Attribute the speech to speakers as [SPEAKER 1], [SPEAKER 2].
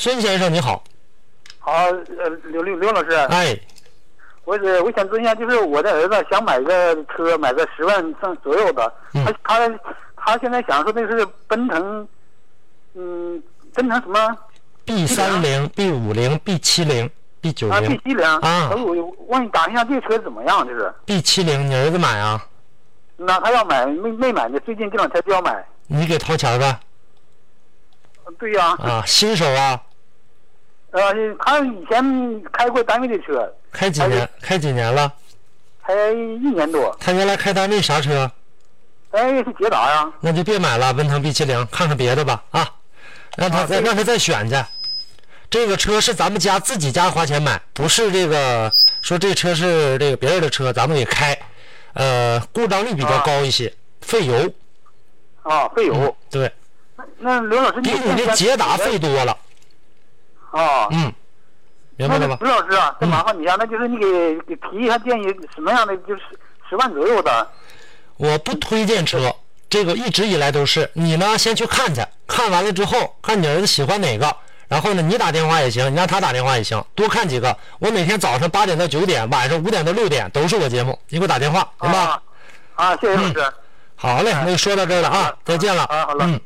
[SPEAKER 1] 孙先生你好，
[SPEAKER 2] 好，呃，刘刘刘老师，
[SPEAKER 1] 哎，
[SPEAKER 2] 我是我想咨询一下，就是我的儿子想买个车，买个十万上左右的，
[SPEAKER 1] 嗯
[SPEAKER 2] 他他他现在想说那是奔腾，嗯，奔腾什么
[SPEAKER 1] B 三零、B 五零、B 七零、B 九
[SPEAKER 2] 啊？B
[SPEAKER 1] 零、
[SPEAKER 2] 七零
[SPEAKER 1] 啊
[SPEAKER 2] 我我问你打听一下这个车怎么样？就是
[SPEAKER 1] B 七零，你儿子买啊？
[SPEAKER 2] 那他要买没没买呢，最近这两天就要买。
[SPEAKER 1] 你给掏钱呗
[SPEAKER 2] 对呀、
[SPEAKER 1] 啊，新手啊，
[SPEAKER 2] 呃，他以前开过单位的车，
[SPEAKER 1] 开几
[SPEAKER 2] 啊
[SPEAKER 1] 年？开几年了？
[SPEAKER 2] 才一年多，
[SPEAKER 1] 他原来开单位啥车？
[SPEAKER 2] 哎，是捷达呀、
[SPEAKER 1] 那就别买了，奔腾 B 七零，看看别的吧啊，让他
[SPEAKER 2] 啊
[SPEAKER 1] 再
[SPEAKER 2] 对
[SPEAKER 1] 让他再选去。这个车是咱们家自己家花钱买，不是这个说这车是这个别人的车，咱们给开，呃，故障率比较
[SPEAKER 2] 啊
[SPEAKER 1] 高一些，费油，
[SPEAKER 2] 啊，费油。
[SPEAKER 1] 对，
[SPEAKER 2] 那刘老师，
[SPEAKER 1] 比嗯你这捷达费多了，
[SPEAKER 2] 啊？
[SPEAKER 1] 嗯，明白
[SPEAKER 2] 那
[SPEAKER 1] 了吧？
[SPEAKER 2] 刘老师啊，
[SPEAKER 1] 嗯
[SPEAKER 2] 再麻烦你一下，那就是你给给提一下建议，什么样的就是十万左右的？
[SPEAKER 1] 我不推荐车，这个一直以来都是。你呢，先去看去，看完了之后，看你儿子喜欢哪个，然后呢，你打电话也行，你让他打电话也行，多看几个。我每天早上八点到九点，晚上五点到六点都是我节目，你给我打电话，行吧？嗯
[SPEAKER 2] 啊，啊，谢谢老师。
[SPEAKER 1] 好嘞，那就说到这儿了啊，再见了。
[SPEAKER 2] 啊好了
[SPEAKER 1] 嗯。